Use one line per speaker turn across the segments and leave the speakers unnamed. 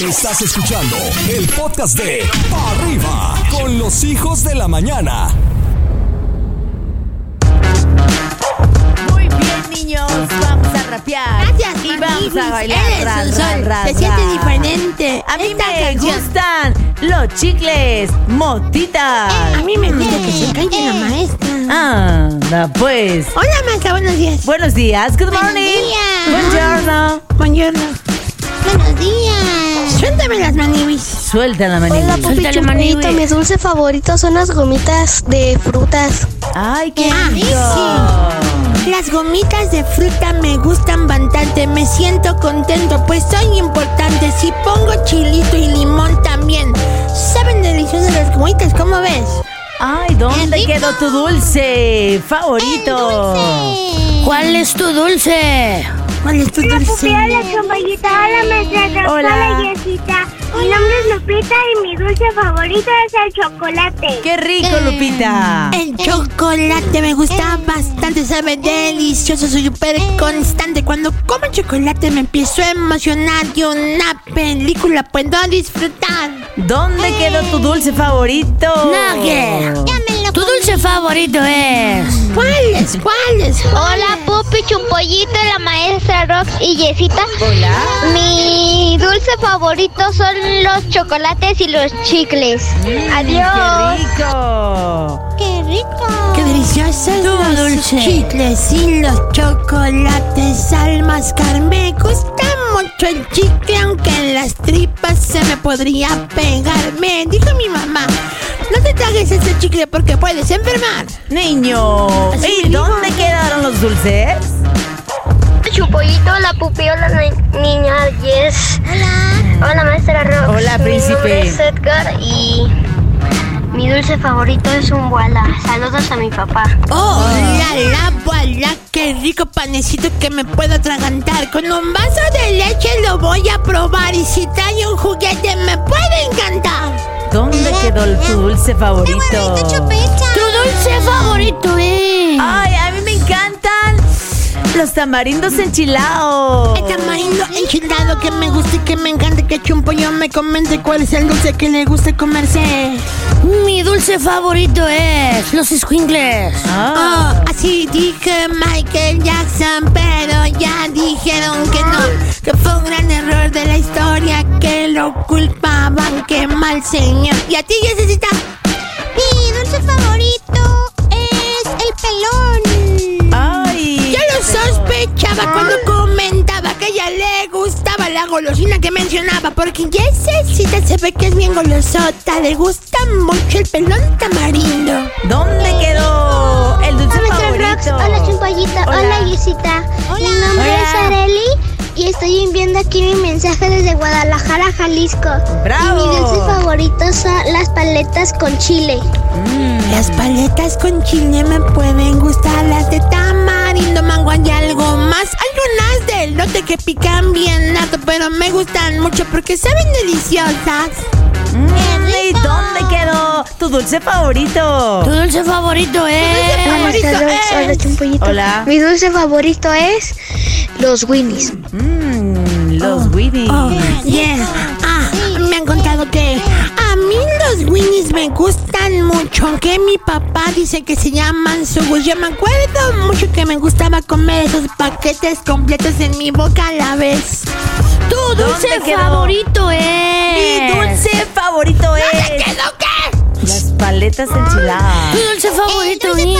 Estás escuchando el podcast de Pa' Arriba con los hijos de la mañana.
Muy bien, niños, vamos a rapear.
Gracias,
Y vamos
Magnificent.
a bailar.
Eres
ra,
un
ra,
sol.
ra,
Se
ra.
siente diferente.
A mí
esta
me
canción.
gustan los chicles motitas.
Eh,
Mm.
A mí me gusta que
Eh,
se cante la maestra.
Anda, pues.
Hola, maestra, buenos días.
Buenos días, good morning.
días.
Buongiorno.
Buongiorno. Buenos días. Suéltame las manibis.
Suelta la manita.
Hola, papi
Suéltale, maní,
Chupito.
güey.
Mis dulces favoritos son las gomitas de frutas.
Ay, qué
Ah,
rico.
Las gomitas de fruta me gustan bastante, me siento contento, pues soy importante. Si pongo chilito y limón también, saben deliciosas las gomitas, ¿cómo ves?
Ay, ¿dónde
Qué rico.
quedó tu dulce favorito?
¿Cuál es tu dulce? ¿Cuál es tu dulce?
Hola, compañita. Hola, maestra. Rosa,
Hola.
Hola, Yesita. Mi nombre es Lupita y mi dulce favorito es el chocolate.
Qué
Eh.
rico, Lupita.
El chocolate me gusta bastante, sabe delicioso, soy súper constante. Cuando como chocolate me empiezo a emocionar y una película puedo disfrutar.
¿Dónde quedó tu dulce favorito?
Tu dulce favorito es. ¿Cuáles? ¿Cuáles?
Hola, Pupi, Chumpollito, la maestra Rox y Yesita. Hola. Mi dulce favorito son los chocolates y los chicles. Adiós.
¡Qué rico!
Mm, Qué rico.
Qué deliciosos los chicles y los chocolates al mascar. Me gusta mucho el chicle, aunque en las tripas se me podría pegar. Me dijo mi mamá, no te tragues ese chicle porque puedes enfermar.
Niño,
Así
¿y
me dijo.
dónde quedaron los dulces?
Chumpollito, la Pupi, hola, ni- niña Yes. Hola. Hola, maestra Rox.
Hola, príncipe.
Mi nombre es Edgar y mi dulce favorito es un boala. Saludos a mi papá.
Oh, la la, voilà, qué rico panecito que me puedo atragantar. Con un vaso de leche lo voy a probar y si trae un juguete me puede encantar.
¿Dónde quedó el- tu dulce favorito?
Tu dulce favorito es.
Ay, a mí me encantan los tamarindos enchilados.
El tamarindo enchilado que me gusta y que me encanta que Chumpo yo me comente cuál es el dulce que le gusta comerse.
Mi dulce favorito es los squinkles.
Ah,
Oh, así dije Michael Jackson, pero ya dijeron que no, que fue un gran error de la historia, que lo culpaban, que mal señor. ¿Y a ti, necesita Mi dulce favorito es el pelón.
Ay.
Ya lo sospechaba cuando comentaba que ya le gustaba la golosina que mencionaba. Porque Yesecita se ve que es bien golosota. Le gusta mucho el pelón tamarindo.
¿Dónde quedó el dulce
Hola, Rox.
favorito?
Hola, Chumpollito. Hola,
Hola.
Yusita. Mi nombre
Hola.
es Areli y estoy enviando aquí mi mensaje desde Guadalajara, Jalisco.
¡Bravo!
Y mi dulce favorito son las paletas con chile.
Las paletas con chile me pueden gustar. Las de tamarindo, mango y algo más. Algunas de elote que pican bien nato. Pero me gustan mucho porque saben deliciosas.
Mm, ¿Y dónde quedó tu dulce favorito?
dulce favorito es.
Favorito es-
Eh, Hola.
Mi dulce favorito es los Winnies.
Mm, los Wheaties.
Oh, yeah. Ah, me han contado que a mí los Winnies me gustan mucho, aunque mi papá dice que se llaman sugus. Yo me acuerdo mucho que me gustaba comer esos paquetes completos en mi boca a la vez. Tu dulce
¿Dónde quedó?
favorito
Mi
es.
dulce favorito es
¿Qué lo que?
las paletas enchiladas.
dulce favorito
Eh,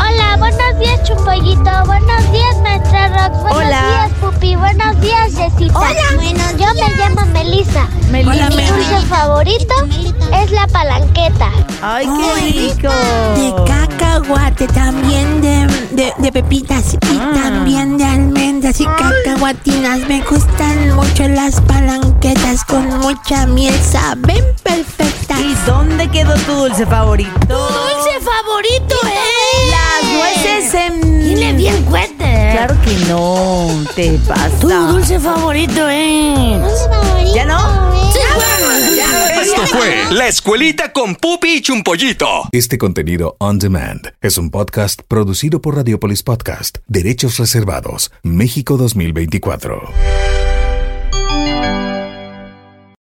Hola, buenos días, Chumpollito. Buenos días, maestra Rox. Buenos
Hola.
días, Pupi. Buenos días, Jessita.
Hola.
Yo me llamo Melissa.
Melina.
Hola,
Mi dulce favorito es la palanqueta.
Ay,
Ay,
qué rico.
De cacahuate, también de, de, de pepitas y
Ah.
también de almendras y cacahuatinas. Me gustan mucho las palanquetas con mucha miel, saben perfectas.
¿Y dónde quedó tu dulce favorito?
dulce favorito es.
Las nueces en.
Dile bien cuente.
Claro que no, te pasa.
Tu dulce favorito es.
¿Ya no?
Esto fue La Escuelita con Pupi y Chumpollito.
Este contenido on demand es un podcast producido por Radiopolis Podcast, Derechos Reservados, México 2024.